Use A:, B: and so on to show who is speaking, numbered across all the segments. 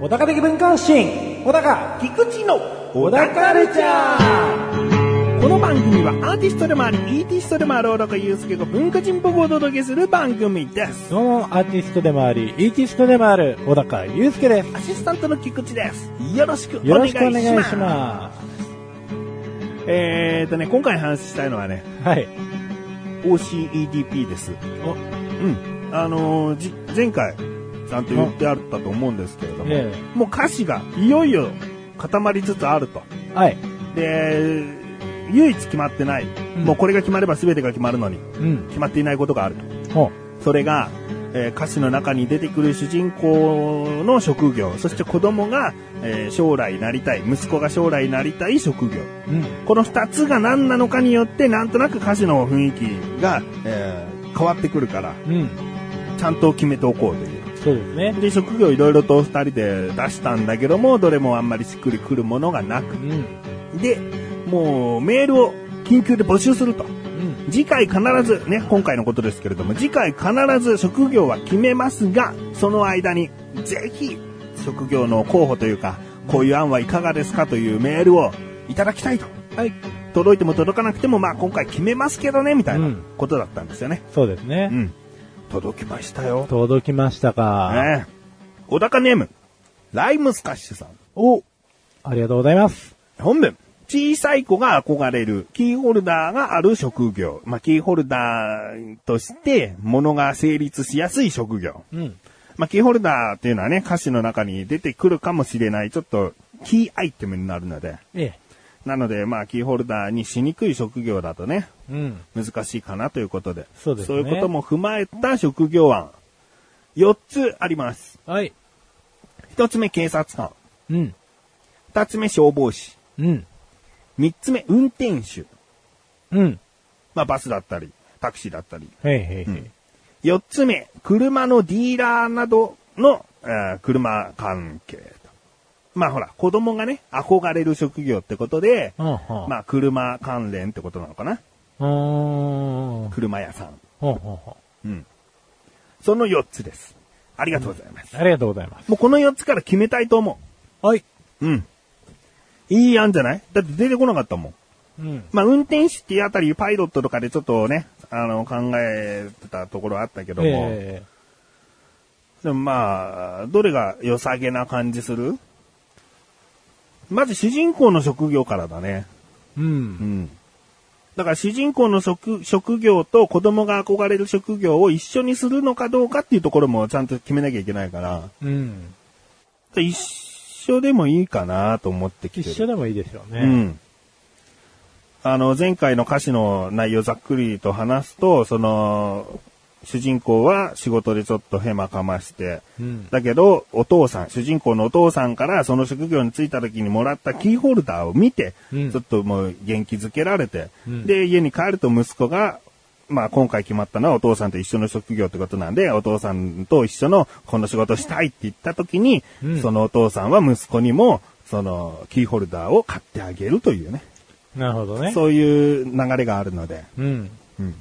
A: 小高的文化心小高
B: 菊池の
A: 小高ルチャー
B: この番組はアーティストでもあり、イーティストでもある男祐介が文化人っぽくお届けする番組です。
A: どうもアーティストでもありイーティストでもある小高祐介です
B: アシスタントの菊池です。よろしくお
A: よ
B: 願
A: ろ
B: い
A: し
B: し
A: くお願い
B: ま
A: し
B: す。
A: ます
B: えーとね、今回話したいのはね、
A: はい
B: OCEDP です。
A: お
B: うん。あのーじ、前回、ちゃんと言ってあったと思うんですけれども、
A: え
B: もう歌詞がいよいよ固まりつつあると。
A: えはい
B: で、唯一決まってない。
A: ん
B: もうこれが決まれば全てが決まるのに、
A: うん
B: 決まっていないことがあると。
A: ほ
B: それが、えー歌詞の中に出てくる主人公の職業、そして子供が、えー将来なりたい、息子が将来なりたい職業。
A: ううん
B: この二つが何なのかによって、なんとなく歌詞の雰囲気が、えー変わってくるから、
A: うん
B: ちゃんと決めておこうという。
A: そうですね
B: で、職業いろいろと二人で出したんだけども、どれもあんまりしっくりくるものがなく
A: う。ん
B: で、もうメールを緊急で募集すると。
A: うん
B: 次回必ず、ね、今回のことですけれども、次回必ず職業は決めますが、その間に、ぜひ、職業の候補というか、こういう案はいかがですかというメールをいただきたいと。
A: はい
B: 届いても届かなくても、まあ今回決めますけどね、みたいうなんことだったんですよね。
A: そうですね、
B: うん。届きましたよ。
A: 届きましたか、
B: ねえ。小高ネーム、ライムスカッシュさん。
A: おありがとうございます
B: 本文。小さい子が憧れるキーホルダーがある職業。まあ、キーホルダーとして物が成立しやすい職業。
A: うん
B: まあ、キーホルダーっていうのはね、歌詞の中に出てくるかもしれない、ちょっとキーアイテムになるので。
A: ええ
B: なので、まあ、キーホルダーにしにくい職業だとね、
A: うん
B: 難しいかなということで。
A: そうですね
B: そういうことも踏まえた職業案。4つあります。
A: はい
B: 1つ目警察官。
A: うん
B: 2つ目消防士。
A: うん
B: 3つ目運転手。
A: うん
B: まあ、バスだったり、タクシーだったり。
A: へいへいへい、
B: ん四つ目、車のディーラーなどの、えー車関係と。まあほら、子供がね、憧れる職業ってことで、
A: はあはあ
B: まあ車関連ってことなのかな。
A: うーん。
B: 車屋さん。
A: ほうほうほ
B: うん。その四つです。ありがとうございます。
A: う。ありがとうございます。
B: もうこの四つから決めたいと思
A: はい。
B: う。うん。いい案じゃないだって出てこなかったもん。
A: うん。
B: まあ、運転手っていうあたり、パイロットとかでちょっとね、あの、考えてたところあったけども、
A: え
B: でもまあ、どれが良さげな感じするまず主人公の職業からだね。
A: えうん。
B: ん。だから主人公の職職業と子供が憧れる職業を一緒にするのかどうかっていうところもちゃんと決めなきゃいけないから、
A: うん。
B: で一緒でもいいかなと思ってきてる。
A: 一緒でもいいですよね。
B: うん。あの、前回の歌詞の内容ざっくりと話すと、その、主人公は仕事でちょっとヘマかまして、
A: うん
B: だけど、お父さん、主人公のお父さんからその職業に就いた時にもらったキーホルダーを見て、
A: うん
B: ちょっともう元気づけられて、
A: うん
B: で、家に帰ると息子が、まあ今回決まったのはお父さんと一緒の職業ってことなんで、お父さんと一緒のこの仕事したいって言った時に、
A: うん
B: そのお父さんは息子にも、そのキーホルダーを買ってあげるというね、
A: なるほどね。
B: そういう流れがあるので、
A: う。うん。
B: うん。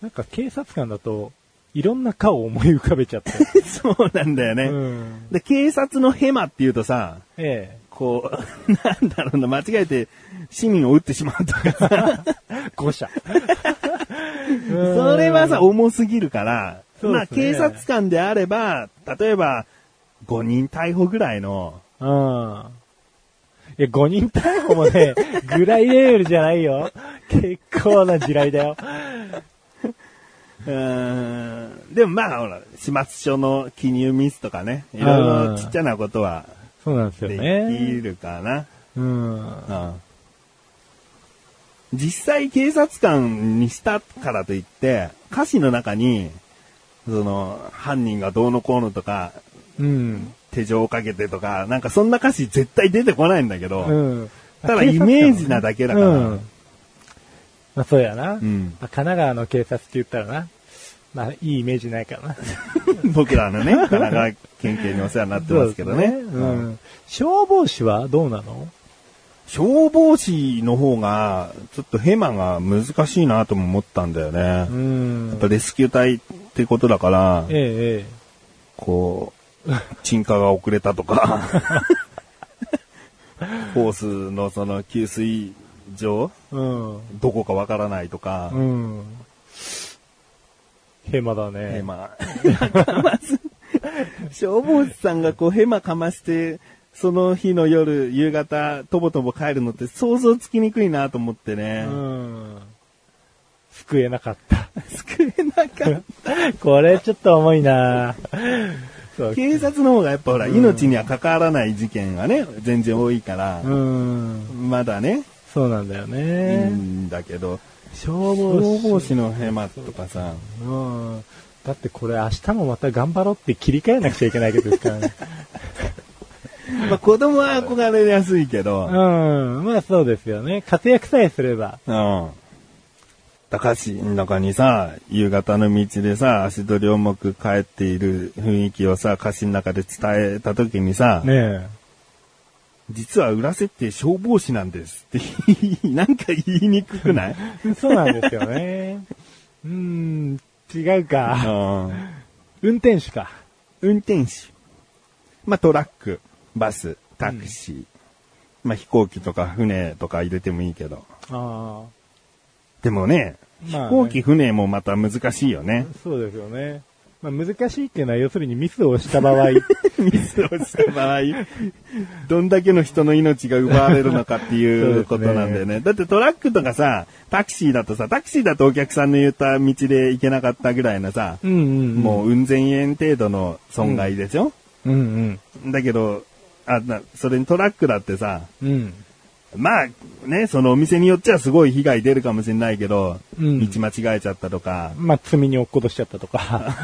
A: なんか警察官だと、いろんな顔を思い浮かべちゃって。
B: そうなんだよね。
A: うん。
B: で、警察のヘマっていうとさ、
A: え
B: こう、 なんだろうな、間違えて市民を撃ってしまうとか さ、
A: え誤射。
B: それはさ、重すぎるから、
A: そう
B: ま
A: で
B: あ
A: すね
B: 警察官であれば、例えば、5人逮捕ぐらいの、
A: うん。いや、5人逮捕もね、 ぐらいレベルじゃないよ。結構な地雷だよ。
B: うーん、でもまあほら、始末書の記入ミスとかね、いろいろちっちゃなことは
A: そうなんですよ
B: で
A: ね。
B: きるかな。
A: うん。
B: うん実際警察官にしたからといって、歌詞の中に、その、犯人がどうのこうのとか、
A: うん。
B: 手錠をかけてとか、なんかそんな歌詞絶対出てこないんだけど、
A: うん。
B: ただイメージなだけだから
A: うんまあそうやな。ま
B: ん
A: あ神奈川の警察って言ったらな。まあいいイメージないから な。
B: 僕らのね、 神奈川県警にお世話になってますけどね。
A: そうですうん。消防士はどうなの
B: 消防士の方が、ちょっとヘマが難しいなとも思ったんだよね。や
A: う
B: っ
A: ん。
B: ぱレスキュー隊ってことだから、
A: ええ、え
B: こう、沈下が遅れたと か、ホースのその給水場、
A: え。うん。
B: どこかわからないとか、
A: うん。ヘマだね。
B: ヘマ。かます。 消防士さんがこうヘマかまして、その日の夜、夕方、とぼとぼ帰るのって想像つきにくいなと思ってね。
A: うん。救えなかった。
B: 救えなかっ
A: これちょっと重いなそう
B: た。。警察の方がやっぱほら、命には関わらない事件がね、全然多いから、
A: うん。
B: まだね、
A: そうなんだよ
B: いい
A: ね。
B: んだけど、
A: 消防
B: 消
A: 士。
B: 防士のヘマとかさ、
A: うん。だってこれ明日もまた頑張ろうって切り替えなくちゃいけないわけですからね。
B: まあ子供は憧れやすいけど、
A: うん。まあそうですよね。活躍さえすれば。
B: うん。高橋の中にさ、夕方の道でさ、足取り重く帰っている雰囲気をさ、歌詞の中で伝えた時にさ、
A: ね
B: 実は浦瀬って消防士なんですって言い、 なんか言いにくくない
A: え。そうなんですよね。うん。違う
B: う
A: か。
B: ん。
A: 運転手か。
B: 運転手。まあ、トラック、バス、タクシー。まあ、飛行機とか船とか入れてもいいけど。
A: ああ。
B: でもね、
A: まあね
B: 飛行機、船もまた難しいよね。
A: そうですよね。まあ難しいっていうのは要するにミスをした場 合。
B: ミスをした場合、どんだけの人の命が奪われるのかっていうことなんだよね。だってトラックとかさ、タクシーだとさ、タクシーだとお客さんの言った道で行けなかったぐらいのさ、
A: うんうんも
B: もう運千円程度の損害でしょ、
A: う。うん
B: だけど、あ、な、それにトラックだってさ、
A: うん。うん。
B: まあね、そのお店によっちゃすごい被害出るかもしれないけど、
A: うん
B: 道間違えちゃったとか、
A: まあ罪に落っことしちゃったと か。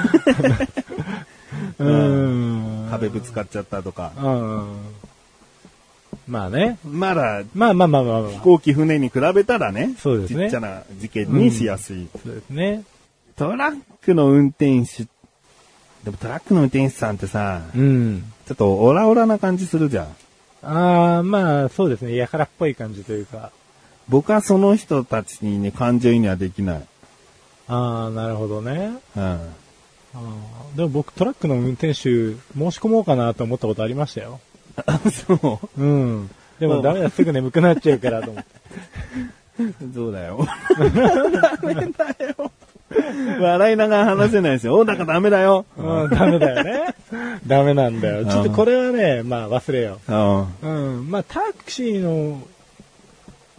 A: うーん。
B: 壁ぶつかっちゃったとか、
A: うん。まあね。
B: まだ
A: まあまあまあまあまあ。
B: 飛行機船に比べたらね、
A: そうですね
B: ちっちゃな事件にしやすい。
A: そうですね。
B: トラックの運転手、でもトラックの運転手さんってさ、
A: うん。
B: ちょっとオラオラな感じするじゃん。
A: ああ、まあそうですね。やからっぽい感じというか。
B: 僕はその人たちにね、感情移入はできない。
A: ああ、なるほどね。
B: うん。
A: あーでも僕トラックの運転手申し込もうかなと思ったことありましたよ。
B: そ
A: うん。でもダメだ、すぐ眠くなっちゃうからと思って。
B: う。 そうだよ。ダメだよ。笑いながら話せないですよ。お、だからダメだよ。うん。
A: うん、ダメだよね。ダメなんだよ。ちょっとこれはね、まあ忘れよう。うん。まあタクシーの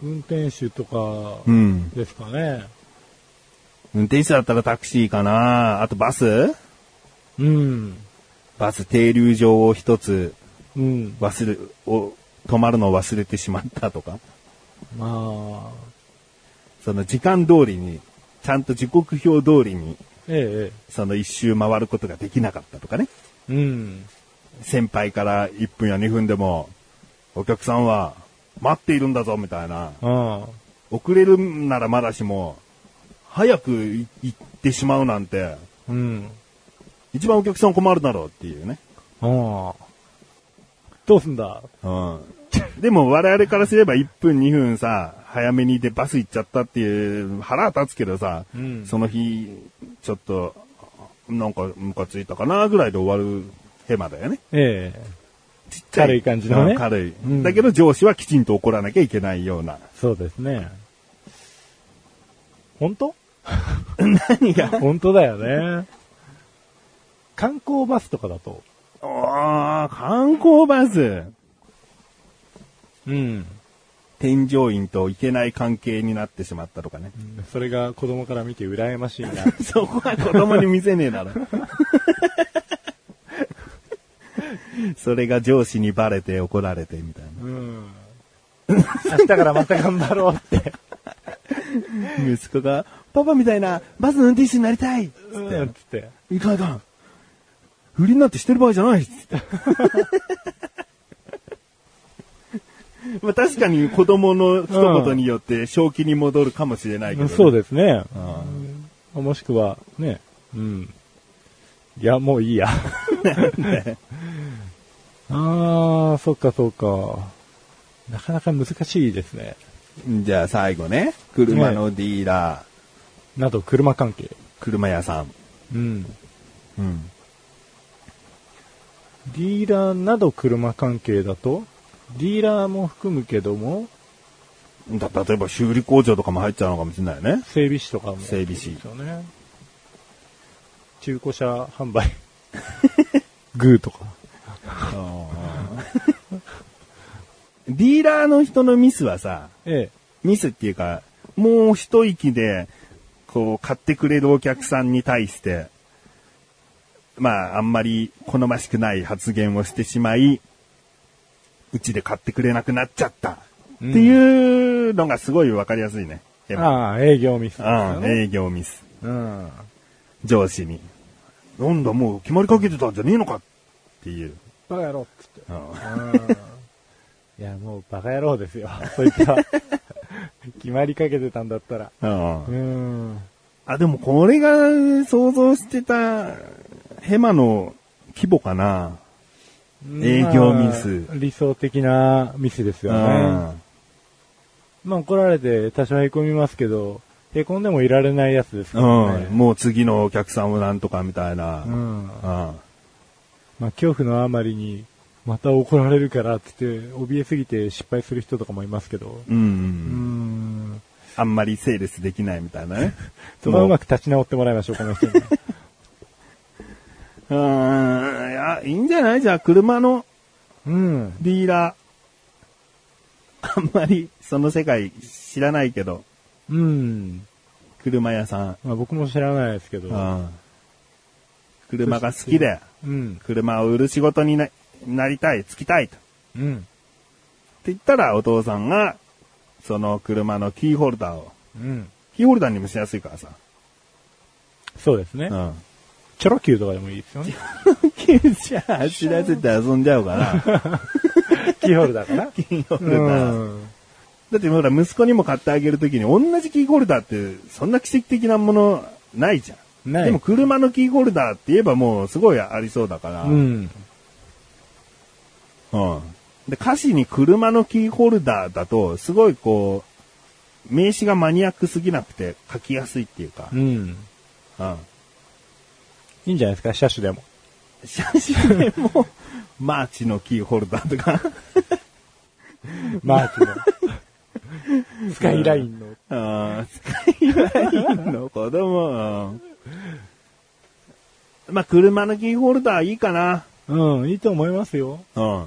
A: 運転手とか
B: うん。
A: ですかね。
B: 運転手だったらタクシーかな。あとバス
A: うん。
B: バス停留場を一つ
A: うん。
B: 忘れ、を、止まるのを忘れてしまったとか。
A: まあ、
B: その時間通りに、ちゃんと時刻表通りに、
A: ええ、
B: その一周回ることができなかったとかね。
A: ええうん。
B: 先輩から1分や2分でも、お客さんは待っているんだぞみたいな。
A: ああ。
B: 遅れるならまだしも、早くい行ってしまうなんて、
A: うん。
B: 一番お客さん困るだろうっていうね。
A: ああ。どうすんだ
B: うん。でも我々からすれば1分2分さ、早めにでバス行っちゃったっていう腹は立つけどさ、
A: うん
B: その日、ちょっと、なんかムカついたかなぐらいで終わるヘマだよね。
A: ええ。
B: ちっちゃい。
A: 軽い感じのね
B: うん軽い、
A: ん
B: だけど上司はきちんと怒らなきゃいけないような。
A: そうですね。本当
B: 何が
A: 本当だよね。観光バスとかだと。
B: ああ、観光バス。
A: うん。
B: 添乗員といけない関係になってしまったとかね。
A: それが子供から見て羨ましいな。
B: そこは子供に見せねえだろ。 それが上司にバレて怒られてみたい
A: うん。明日からまた頑張ろうって。
B: な。息子が、パパみたいなバスの運転手になりたいっつって、
A: うん、つって。
B: いかんいかん。不倫なんてしてる場合じゃないっつって。 まあ確かに子供の一言によって正気に戻るかもしれないけど、ね
A: そうですね。
B: うん
A: もしくは、ね。うん。いや、もういいや。 あー、そっかそっか。なかなか難しいですね。
B: じゃあ最後ね。車のディーラー、
A: など、車関係。
B: 車屋さん。
A: うん。
B: うん。
A: ディーラーなど車関係だと、ディーラーも含むけども、
B: だ例えば修理工場とかも入っちゃうのかもしれないよね。
A: 整備士とかも。
B: 整備士
A: ですよね。中古車販売。 グーとか。
B: ディーラーの人のミスはさ、
A: え
B: ミスっていうか、もう一息で、こう、買ってくれるお客さんに対して、まあ、あんまり好ましくない発言をしてしまい、うちで買ってくれなくなっちゃった。っていうのがすごいわかりやすいね。
A: え。
B: やっ
A: ああ、営業ミスです
B: ぱ
A: よ
B: うん、
A: ね。
B: 営業ミス。
A: うん。
B: 上司に。なんだ、もう決まりかけてたんじゃねえのかっていう。
A: バカ野郎っつって。
B: うん
A: いや、もうバカ野郎ですよ。そうい った。決まりかけてたんだったら。
B: うん
A: うん。
B: あ、でもこれが想像してたヘマの規模かな。営業ミス
A: まあ理想的なミスです
B: う
A: よね。
B: ん。
A: まあ怒られて多少凹みますけど、凹んでもいられないやつですから
B: うん。
A: ね。
B: もう次のお客さんをなんとかみたいな。
A: う
B: うん。
A: ん。まあ恐怖のあまりに、また怒られるからって言って、怯えすぎて失敗する人とかもいますけど。
B: うんう。
A: うんん。
B: あんまりセールスできないみたいなね。
A: そこはうまく立ち直ってもらいましょう、この人に。
B: うーん。いや、いいんじゃないじゃあ、車の
A: うん。
B: ディー ラー。あんまり、その世界知らないけど、
A: うん。
B: 車屋さん。
A: まあ僕も知らないですけ
B: う
A: ど。
B: ん。車が好きで、
A: うん。
B: 車を売る仕事にななりたい、つきたいと。
A: うん。
B: って言ったらお父さんが、その車のキーホルダーを、
A: うん。
B: キーホルダーにもしやすいからさ。
A: そうですね
B: う。ん。
A: チョロ Q とかでもいいですよね。
B: じゃあ、走らせて遊んじゃうか な。
A: キーホルダーかな。
B: キーホ
A: う
B: ルダー。
A: ん。
B: だってほら、息子にも買ってあげるときに、同じキーホルダーって、そんな奇跡的なものないじゃん。
A: ない
B: でも車のキーホルダーって言えばもうすごいありそうだから。
A: うん。
B: うんで、歌詞に車のキーホルダーだと、すごいこう、名詞がマニアックすぎなくて書きやすいっていうか。
A: うん。
B: うん。
A: いいんじゃないですか、車種でも。
B: 写真でも、マーチのキーホルダーとか。
A: マーチ の。スカイラインの。
B: うんスカイラインの子供。うんまあ、車のキーホルダーいいかな。
A: うん、いいと思いますよ。
B: うん。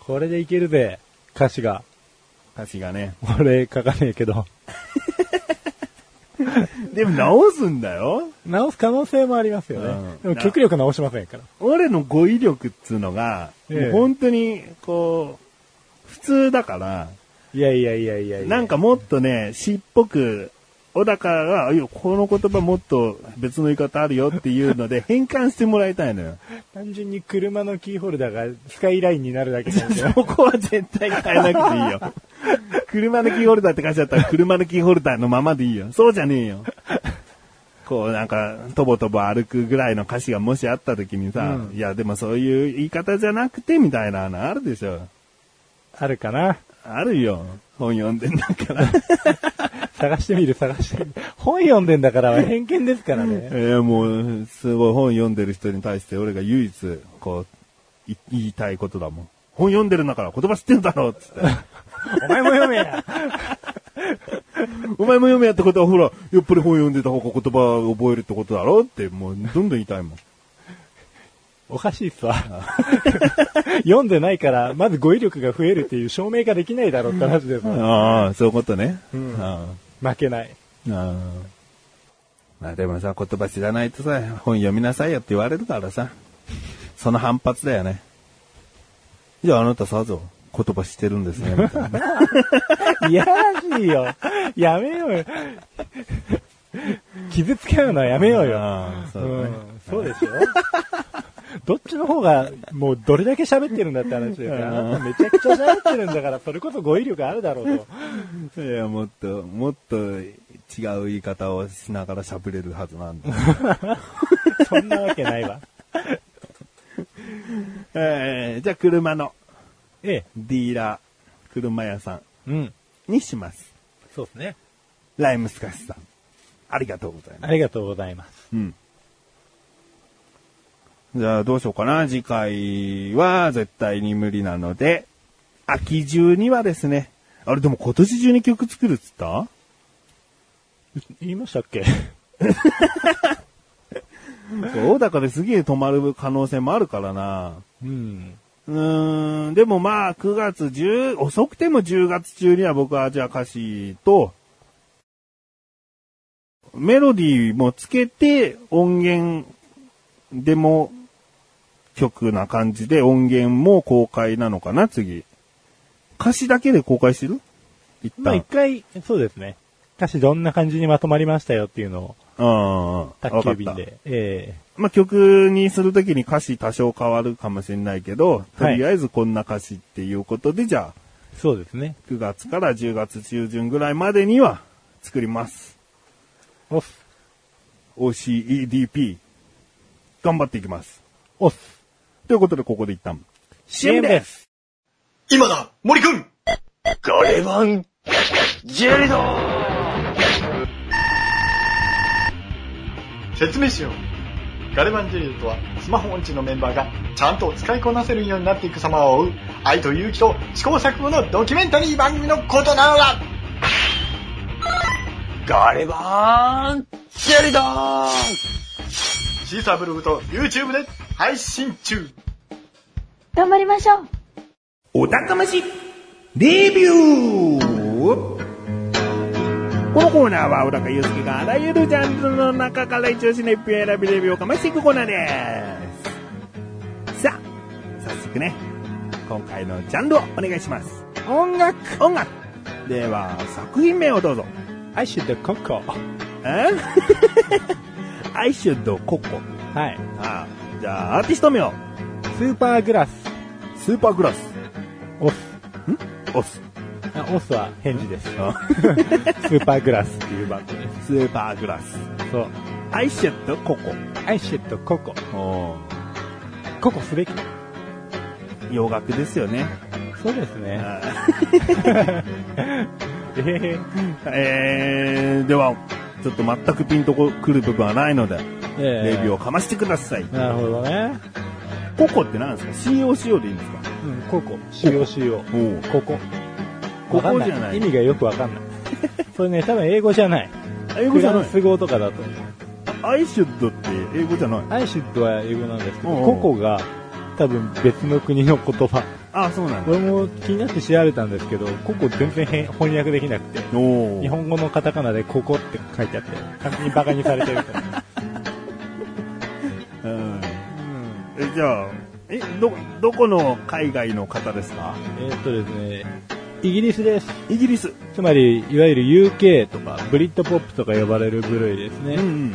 A: これでいけるぜ、歌詞が。
B: 歌詞がね。
A: 俺書かねえけど。
B: でも直すんだよ。
A: 直す可能性もありますよ
B: う
A: ね
B: ん。
A: でも極力直しませんから。
B: 俺の語彙力っつうのが、
A: ええ
B: もう本当に、こう、普通だから、
A: いやいやいやいやいや。
B: なんかもっとね、詩っぽく、小高が、いやこの言葉もっと別の言い方あるよっていうので変換してもらいたいのよ。
A: 単純に車のキーホルダーがスカイラインになるだけ なんで。
B: そ こは絶対変えなくていいよ。車のキーホルダーって書いてあったら車のキーホルダーのままでいいよ。そうじゃねえよ。こうなんか、とぼとぼ歩くぐらいの歌詞がもしあった時にさ、
A: うん
B: いやでもそういう言い方じゃなくてみたいなのあるでしょ。
A: あるかな。
B: あるよ。本読んでんだ から。
A: 探してみる、探してみる。本読んでんだからは偏見ですから
B: え
A: ね。
B: ーもう、すごい本読んでる人に対して俺が唯一、こう、い言いたいことだもん。本読んでるんだから言葉知ってるだろうっつって。
A: お前も読めや。
B: お前も読めやってことは、ほら、やっぱり本読んでた方が言葉を覚えるってことだろって、もう、どんどん言いたいもん。
A: おかしいっすわ。読んでないから、まず語彙力が増えるっていう証明ができないだろうって話ですわ。
B: ああ、そういうことね。
A: うん
B: あ
A: 負けない。
B: あああまあでもさ、言葉知らないとさ、本読みなさいよって言われるからさ、その反発だよね。じゃああなたさぞ、言葉知ってるんですね、みたい な。
A: いやらしいよ。やめようよ。傷つけ合うのはやめようよ。
B: ああそうだね
A: んそうでしょどっちの方が、もうどれだけ喋ってるんだって話ですよ。あなためちゃくちゃ喋ってるんだから、それこそ語彙力あるだろうと。
B: いや、もっと、もっと違う言い方をしながら喋れるはずなんだ。
A: そんなわけないわ。
B: ええじゃあ車の
A: ええ、
B: ディーラー。車屋さ
A: うん。
B: んにします。
A: そうですね。
B: ライムスカスさん。ありがとうございます。
A: ありがとうございます。
B: うん。じゃあどうしようかな。次回は絶対に無理なので、秋中にはですね。あれでも今年中に曲作るっつった
A: 言いましたっけ
B: 大高ですげえ止まる可能性もあるからな。
A: うん。
B: うーん、でもまあ、9月10、遅くても10月中には僕はじゃあ歌詞と、メロディーもつけて、音源でも曲な感じで音源も公開なのかな、次。歌詞だけで公開してる一
A: まあ
B: 旦
A: 一。回、そうですね。歌詞どんな感じにまとまりましたよっていうのを、
B: ああ、
A: 宅急
B: わ
A: 便
B: かった。
A: で。え
B: まあ、曲にするときに歌詞多少変わるかもしれないけど、とりあえずこんな歌詞っていうことで、じゃあ、
A: えそうですね。
B: 9月から10月中旬ぐらいまでには作ります。
A: オス、
B: OCEDP。頑張っていきます。
A: オス。
B: ということで、ここで一旦。
A: CM です
C: 今だ森くんガレバンジェリド説明しよう。ガレバンジェリドとは、スマホ音痴のメンバーがちゃんと使いこなせるようになっていく様を追う、愛と勇気と試行錯誤のドキュメンタリー番組のことなのだガレバンジェリドシーサーブログと YouTube で配信中
D: 頑張りましょう
B: お高ましレビューこのコーナーは、小高祐介があらゆるジャンルの中から一押しの一品を選びレビューをかましていくコーナーです。さあ、早速ね、今回のジャンルをお願いします。音楽音楽では、作品名をどうぞ。
A: I should coco.
B: えアイシュッドココ。
A: はい。
B: あじゃあ、アーティスト名を。
A: スーパーグラス。
B: スーパーグラス。
A: オス。
B: オス。
A: あオスは返事 です。ス
B: あ
A: ーパーグラスっていう番組です。
B: スーパーグラス。
A: そう。
B: アイシュッドココ。
A: I should coco. ココすべき。
B: 洋楽ですよね。
A: そうですね。
B: あ
A: ええ
B: ーえー、では、ちょっと全くピンとこくる部分はないので、レビューをかましてください。
A: なるほどね。
B: ココって何ですか ?COCO でいいんですか
A: うん、ココ。使用使用。
B: おう
A: ここ。
B: ここじゃ
A: わ
B: ない
A: かん意味がよくわか んない。それね、多分英語じゃない。
B: 英語じゃな
A: フラ
B: い
A: ン。ス語とかだと。
B: アイシュッドって英語じゃない。
A: アイシッドは英語なんですけど、
B: おうお
A: コ
B: う
A: コが多分別の国の言葉。
B: あ、そうなんだ。
A: 俺も気になって調べたんですけど、ココ全然変翻訳できなくて。
B: お
A: 日
B: ー
A: 本語のカタカナでココって書いてあって、完全にバカにされてる から。
B: うんえ、じゃあ、え、ど、どこの海外の方ですか
A: えーっとですね、イギリスです。
B: イギリス。
A: つまり、いわゆる UK とか、ブリッドポップとか呼ばれる部類ですね。
B: ん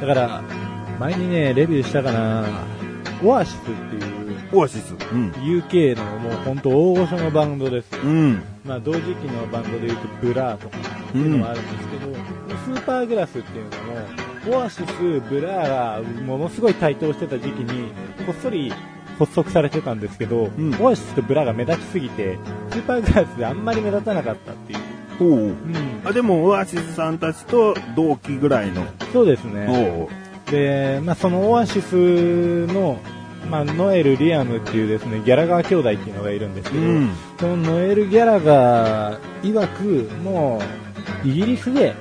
A: だから、前にね、レビューしたかな、オアシスっていう、
B: うん。オアシス。うん。
A: UK のもう本当大御所のバンドです。
B: うん。
A: まあ同時期のバンドでいうとブラーとかっていうのもあるんですけど、スーパーグラスっていうのも、オアシス、ブラーがものすごい台頭してた時期に、こっそり発足されてたんですけど、
B: ん
A: オアシスとブラーが目立ちすぎて、スーパーグラスであんまり目立たなかったっていう。
B: おう
A: うん、
B: あ、でも、オアシスさんたちと同期ぐらいの。
A: そうですね。
B: おう
A: で、まあそのオアシスの、まあノエル・リアムっていうですね、ギャラガー兄弟っていうのがいるんですけど、
B: うん。
A: そのノエル・ギャラが曰くもうイギリスで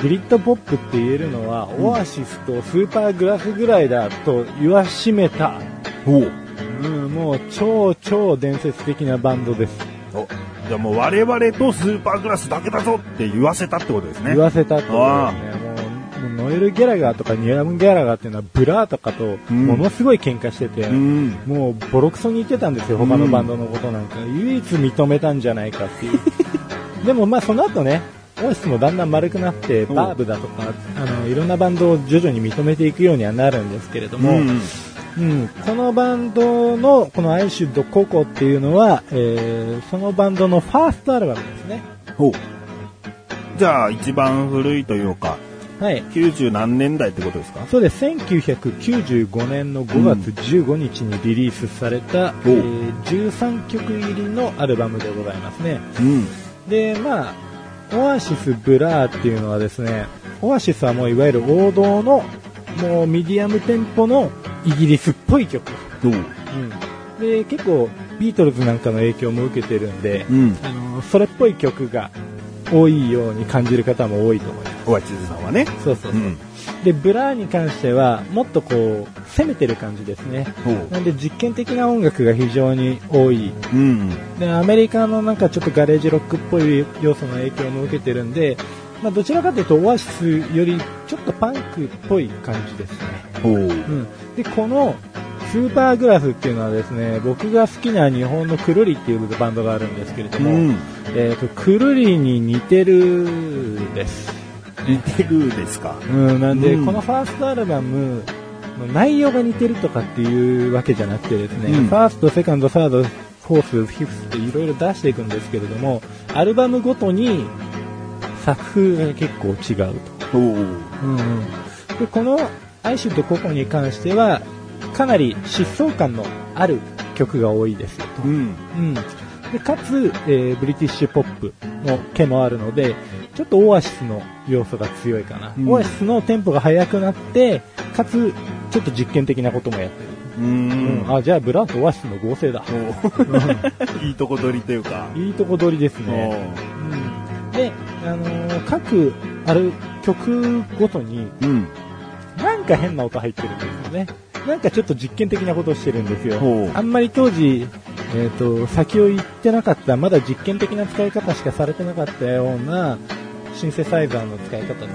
A: ブリッドポップって言えるのは、オアシスとスーパーグラスぐらいだと言わしめた、
B: おう
A: うん、もう超超伝説的なバンドです、
B: おじゃあもう我々とスーパーグラスだけだぞって言わせたってことですね
A: 言。わせたってことですねもうもうノエル・ギャラガーとかニアム・ギャラガーっていうのはブラーとかと
B: ん
A: ものすごい喧嘩してて、
B: うん。
A: もうボロクソに言ってたんですよ、他のバンドのことなんか、唯一認めたんじゃないかって いう、でもまあその後ね、オアシスもだんだん丸くなって、
B: うん
A: バーブだとか、あのいろんなバンドを徐々に認めていくようにはなるんですけれども、うんこのバンドの、このアイシュドココっていうのは、えーそのバンドのファーストアルバムですね。
B: おうじゃあ一番古いというか、
A: はい。
B: 90何年代ってことですか
A: そうです。1995年の5月15日にリリースされた、
B: おう
A: えー13曲入りのアルバムでございますね。
B: うん。
A: で、まあ、オアシスブラーっていうのはですね、オアシスはもういわゆる王道の、もうミディアムテンポのイギリスっぽい曲。
B: どう
A: うん。で、結構ビートルズなんかの影響も受けてるんで、
B: うん。
A: あの、それっぽい曲が多いように感じる方も多いと思います。
B: 小チズさんはね。
A: そうそうそう。
B: ん。
A: で、ブラーに関しては、もっとこう、攻めてる感じですね。
B: ほう。
A: なんで実験的な音楽が非常に多い。
B: うん。
A: で、アメリカのなんかちょっとガレージロックっぽい要素の影響も受けてるんで、まあどちらかというとオアシスよりちょっとパンクっぽい感じですね。
B: ほう。
A: うん。で、この、スーパーグラスっていうのはですね、僕が好きな日本のくるりっていうバンドがあるんですけれど
B: う
A: も、
B: ん。
A: えっ、と、くるりに似てるです。
B: 似てるですか。
A: うん、なんで、
B: うん
A: このファーストアルバムの内容が似てるとかっていうわけじゃなくてですね、
B: うん
A: ファースト、セカンド、サード、フォース、フィフスっていろいろ出していくんですけれども、アルバムごとに作風が結構違うと。
B: ほう。
A: うんうん、でこのアイシュとココに関しては、かなり疾走感のある曲が多いですよと。
B: うん。
A: うん、でかつ、えーブリティッシュポップの毛もあるのでちょっとオアシスの要素が強いかな、
B: うん
A: オアシスのテンポが速くなってかつちょっと実験的なこともやってる、
B: う
A: うん
B: ん。
A: あじゃあブランとオアシスの合成だ、
B: いいとこ取りというか。
A: いいとこ取りですね、
B: う
A: うんで、あのー各ある曲ごとに
B: ん。
A: なんか変な音入ってるんですよねなんかちょっと実験的なことをしてるんですよ
B: ほう
A: あんまり当時、えー、と先を行ってなかったまだ実験的な使い方しかされてなかったようなシンセサイザーの使い方とかも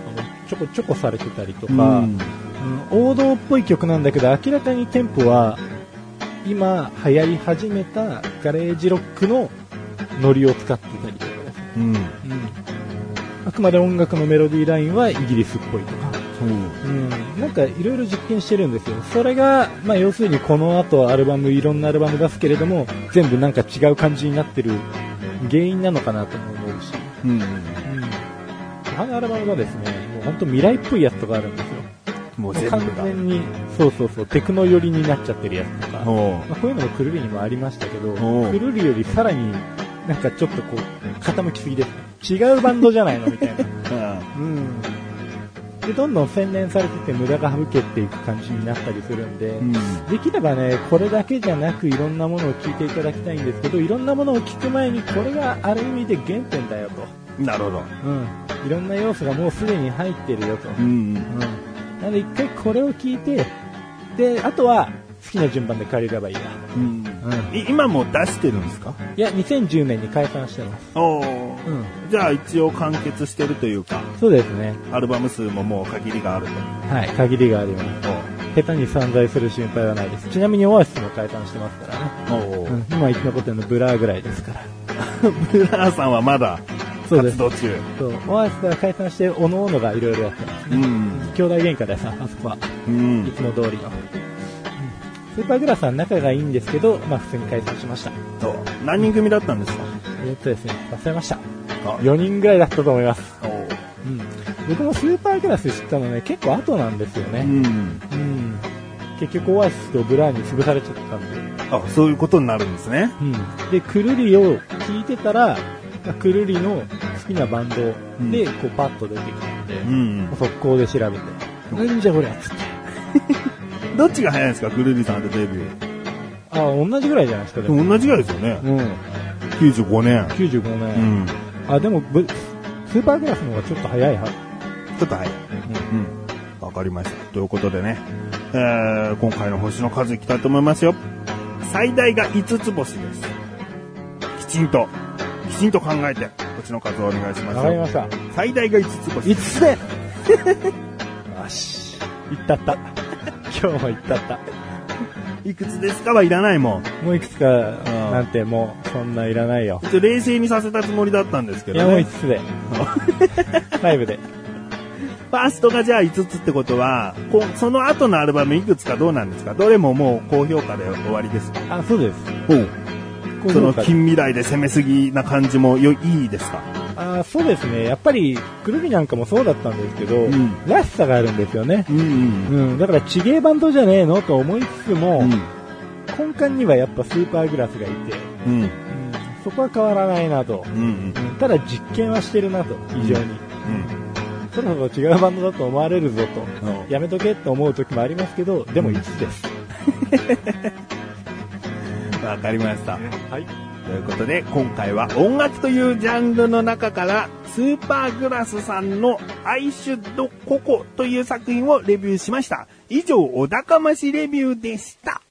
A: ちょこちょこされてたりとか、
B: うん
A: うん王道っぽい曲なんだけど明らかにテンポは今流行り始めたガレージロックのノリを使ってたりとかですね、
B: うん。
A: あくまで音楽のメロディーラインはイギリスっぽいとか。
B: うん。
A: うん、なんかいろいろ実験してるんですよ、それが、まあ、要するにこの後アルバムいろんなアルバム出すけれども全部なんか違う感じになってる原因なのかなとも思うし、
B: うん。
A: うん、あのアルバムはですねもう本当未来っぽいやつとかあるんですよ、
B: もう
A: もう
B: 全
A: 完
B: 部だ。
A: 全にそうそうそうテクノ寄りになっちゃってるやつとか、ま
B: ほ
A: あ、こういうのがくるりにもありましたけど
B: おう
A: くるりよりさらになんかちょっとこう傾きすぎですね違うバンドじゃないのみたいな。
B: う。うん
A: うん、でどんどん洗練されてて無駄が省けていく感じになったりするんで、
B: うん。
A: できればねこれだけじゃなくいろんなものを聞いていただきたいんですけどいろんなものを聞く前にこれがある意味で原点だよと、
B: なるほど。
A: うん、いろんな要素がもうすでに入ってるよと、
B: う。
A: うんん、なので一回これを聞いてであとは好きな順番で借りればいいな、
B: うん。
A: うん、
B: い今もう出してるんですか
A: いや2010年に解散してます、
B: おお。
A: うん、
B: じゃあ一応完結してるというか、
A: そうですね
B: アルバム数ももう限りがある
A: はい限りがあります
B: と。
A: 下手に散財する心配はないです。ちなみにオアシスも解散してますからね。
B: おお
A: うん、今生き残ってるのブラーぐらいです から。
B: ブ ラーさんはまだ
A: そうで
B: 活
A: す。
B: 動中。
A: そうオアシスが解散して、おのおのがいろいろやってます
B: う
A: ね。
B: ん。
A: 兄弟喧嘩でさ、あそこは。
B: う
A: い
B: ん。
A: つも通りの。うんスーパーグラスは仲がいいんですけど、まあ普通に解散しました。
B: と、何人組だったんですか
A: えっとですね、忘れました。
B: あ
A: 4人ぐらいだったと思います。
B: おー
A: うん。僕もスーパーグラス知ったのね、結構後なんですよ
B: う
A: ね。
B: ん。
A: うん。結局オアシスとブラーに潰されちゃったんで。
B: あ、そういうことになるんですね。
A: うん、で、くるりを聞いてたら、まあくるりの好きなバンド
B: ん
A: で、こうパッと出てきたんで、
B: うん。
A: 速攻で調べて、なんじゃこりゃっつって。
B: どっちが早いんですかグルービーさんとデビュー。
A: あ、同じぐらいじゃないですか、でも。
B: 同じぐらいですよね。
A: うん。
B: 95年。
A: 95
B: う
A: 年。
B: ん。ち
A: あ、でも、ぶスーパーグラスの方がちょっと早いは。
B: ょっと早い。うん。わかりました。ということでね、えー、今回の星の数いきたいと思いますよ。最大が5つ星です。きちんと、きちんと考えて、星の数をお願いします
A: わかりま
B: よ。
A: した。
B: 最大が5つ星。
A: 5つで よし。いったった。 今日もいったった。
B: いくつですかはいらないもん。
A: もういくつか、なんてもう、そんないらないよ。
B: ちょ冷静にさせたつもりだったんですけ
A: い
B: ど
A: や、
B: ね。
A: もう5つで。 ライブで。
B: ファーストがじゃあ5つってことは、こその後のアルバムいくつかどうなんですかどれももう高評価で終わりですか
A: あ、そうです。
B: おうその
A: 高評価で
B: 近未来で攻めすぎな感じもよいいですか
A: あーそうですね。やっぱり、くるみなんかもそうだったんですけど、
B: うん
A: らしさがあるんですよね。
B: うんうん
A: うん、だから、ちげえバンドじゃねえのと思いつつも、
B: うん
A: 根幹にはやっぱスーパーグラスがいて、
B: うん
A: うん、そこは変わらないなと。
B: うん
A: うんただ実験はしてるなと、非常に。そろそろ違うバンドだと思われるぞと。
B: うん
A: やめとけと思う時もありますけど、でもいつです。
B: わかりました。
A: はい。
B: ということで、今回は音楽というジャンルの中から、スーパーグラスさんのアイシュドココという作品をレビューしました。以上、お高ましレビューでした。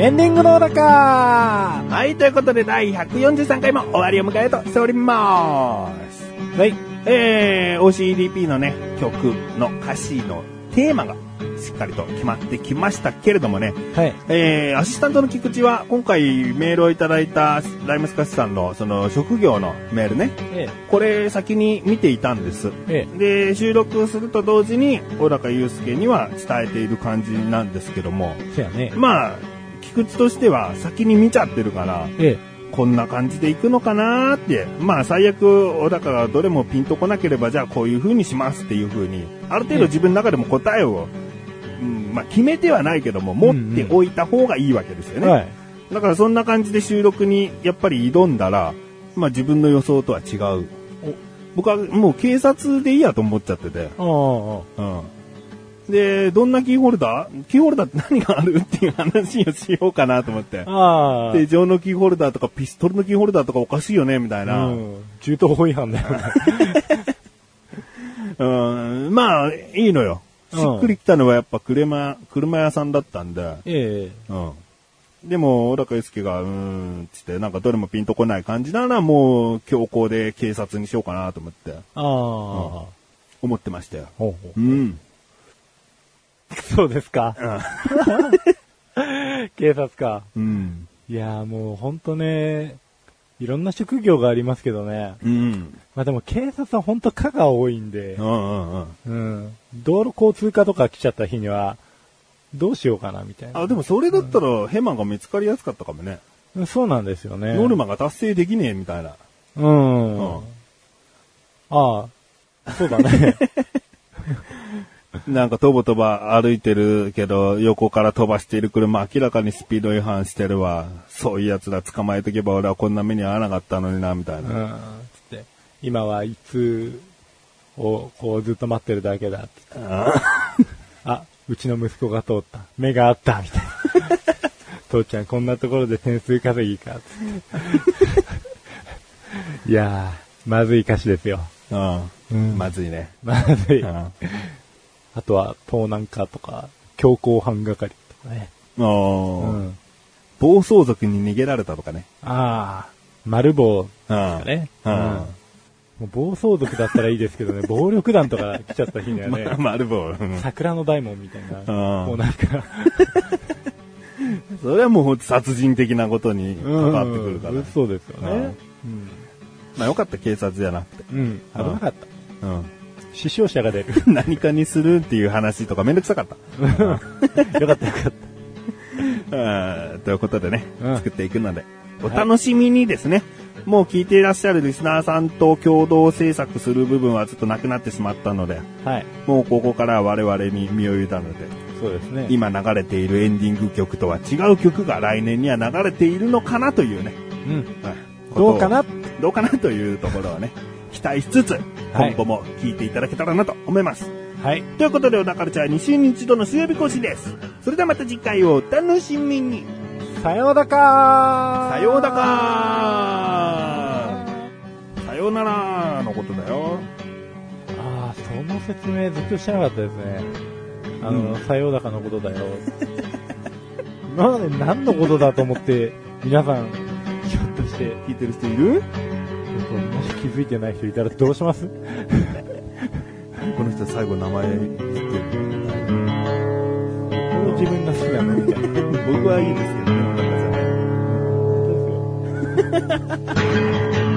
A: エンディングのおか
B: はい、ということで、第143回も終わりを迎えようとしております。
A: はい。
B: えー、OCDP のね、曲の歌詞のテーマがしっかりと決まってきましたけれどもね、
A: はい。
B: えー、アシスタントの菊池は今回メールをいただいたライムスカッシュさんのその職業のメールね、
A: え
B: これ先に見ていたんです。
A: え、え
B: で、収録すると同時に小高祐介には伝えている感じなんですけども、
A: え、そうやね。
B: まあ、菊池としては先に見ちゃってるから、
A: ええ、
B: こんな感じで行くのかなーって、まあ最悪、小高がどれもピンとこなければ、じゃあこういう風にしますっていう風に、ある程度自分の中でも答えを、うん、まあ決めてはないけども、持っておいた方がいいわけですよね。
A: はい。
B: だからそんな感じで収録にやっぱり挑んだら、まあ自分の予想とは違う。僕はもう警察でいいやと思っちゃってて。
A: ああ、
B: うん。で、どんなキーホルダーキーホルダーって何があるっていう話をしようかなと思って。
A: ああ。
B: 手錠のキーホルダーとかピストルのキーホルダーとかおかしいよねみたいな。
A: う
B: うん、
A: ん、中東法違反だよ ね。
B: まあ、いいのよ。しっくりきたのはやっぱ車、車屋さんだったんで。
A: ええ、
B: うん。でも、小高祐介が、うーん、つって、なんかどれもピンとこない感じなら、もう、強行で警察にしようかなと思って、
A: ああ、ほ
B: 思ってましたよ。
A: うほ
B: う。
A: うんそうですか。警察か。
B: うん。
A: いやーもうほんとね、いろんな職業がありますけどね。
B: うん。
A: まあでも警察はほんと課が多いんで
B: うんう、んうん。
A: うん。道路交通課とか来ちゃった日には、どうしようかなみたいな。
B: あ、でもそれだったら、ヘマが見つかりやすかったかもね。
A: うんそうなんですよね。
B: ノルマが達成できねえみたいな。
A: うん。
B: うん
A: ああ、そうだね。
B: なんかとぼとば歩いてるけど、横から飛ばしている車明らかにスピード違反してるわ。そういう奴ら捕まえとけば俺はこんな目に遭わなかったのにな、みたいうな。
A: ん。つって、今はいつをこうずっと待ってるだけだ。つってあ、うちの息子が通った。目があった。みたいな。父ちゃんこんなところで点数稼ぎか。つって。いやー、まずい歌詞ですよ。
B: うん。
A: うん
B: まずいね。
A: まずい。
B: うん
A: あ
B: あ
A: とは、盗難課とか、強行犯係とかね。う
B: ー
A: ん。
B: 暴走族に逃げられたとかね。
A: ああ、丸棒
B: うん
A: とかね。
B: うん
A: もう暴走族だったらいいですけどね、暴力団とか来ちゃった日にはね。
B: ま丸棒。うん
A: 桜の大門みたいな、
B: ん
A: もうなんか、
B: それはもう殺人的なことに関わってくるから。
A: うんそうですよね。うん。
B: まあよかった、警察じゃなくて。
A: うん。危なかった。
B: う
A: 死傷者が 出る。
B: ん。何かにするっていう話とかめんどくさかった。
A: よかったよかっ
B: うんということでね、
A: うん
B: 作っていくので、お楽しみにですね、もう聞いていらっしゃるリスナーさんと共同制作する部分はちょっとなくなってしまったので、
A: た。はい。
B: もうここからは我々に身を委ねて、
A: そうですね。
B: 今流れているエンディング曲とは違う曲が来年には流れているのかなというね、
A: うん。
B: うん
A: どうかな
B: どうかなというところをね、期待しつつ、
A: はい
B: 今後も聞いていただけたらなと思います。
A: はい。
B: ということで、おなかるちゃんは2週に1度の水曜日更新です。それではまた次回をお楽しみに。
A: さようだかー
B: さようだかーさようならのことだよ。
A: ああ、その説明ずっとしてなかったですね。あの、さようだかのことだよ。今まで何のことだと思って、皆さん、ひょっとして、
B: 聞いてる人いる
A: もし気づいてない人いたらどうします
B: この人最後名前知ってる。
A: 自分が好きなのみたいな。
B: 僕はいいですけどね、おなかちゃん。
A: 本当ですよ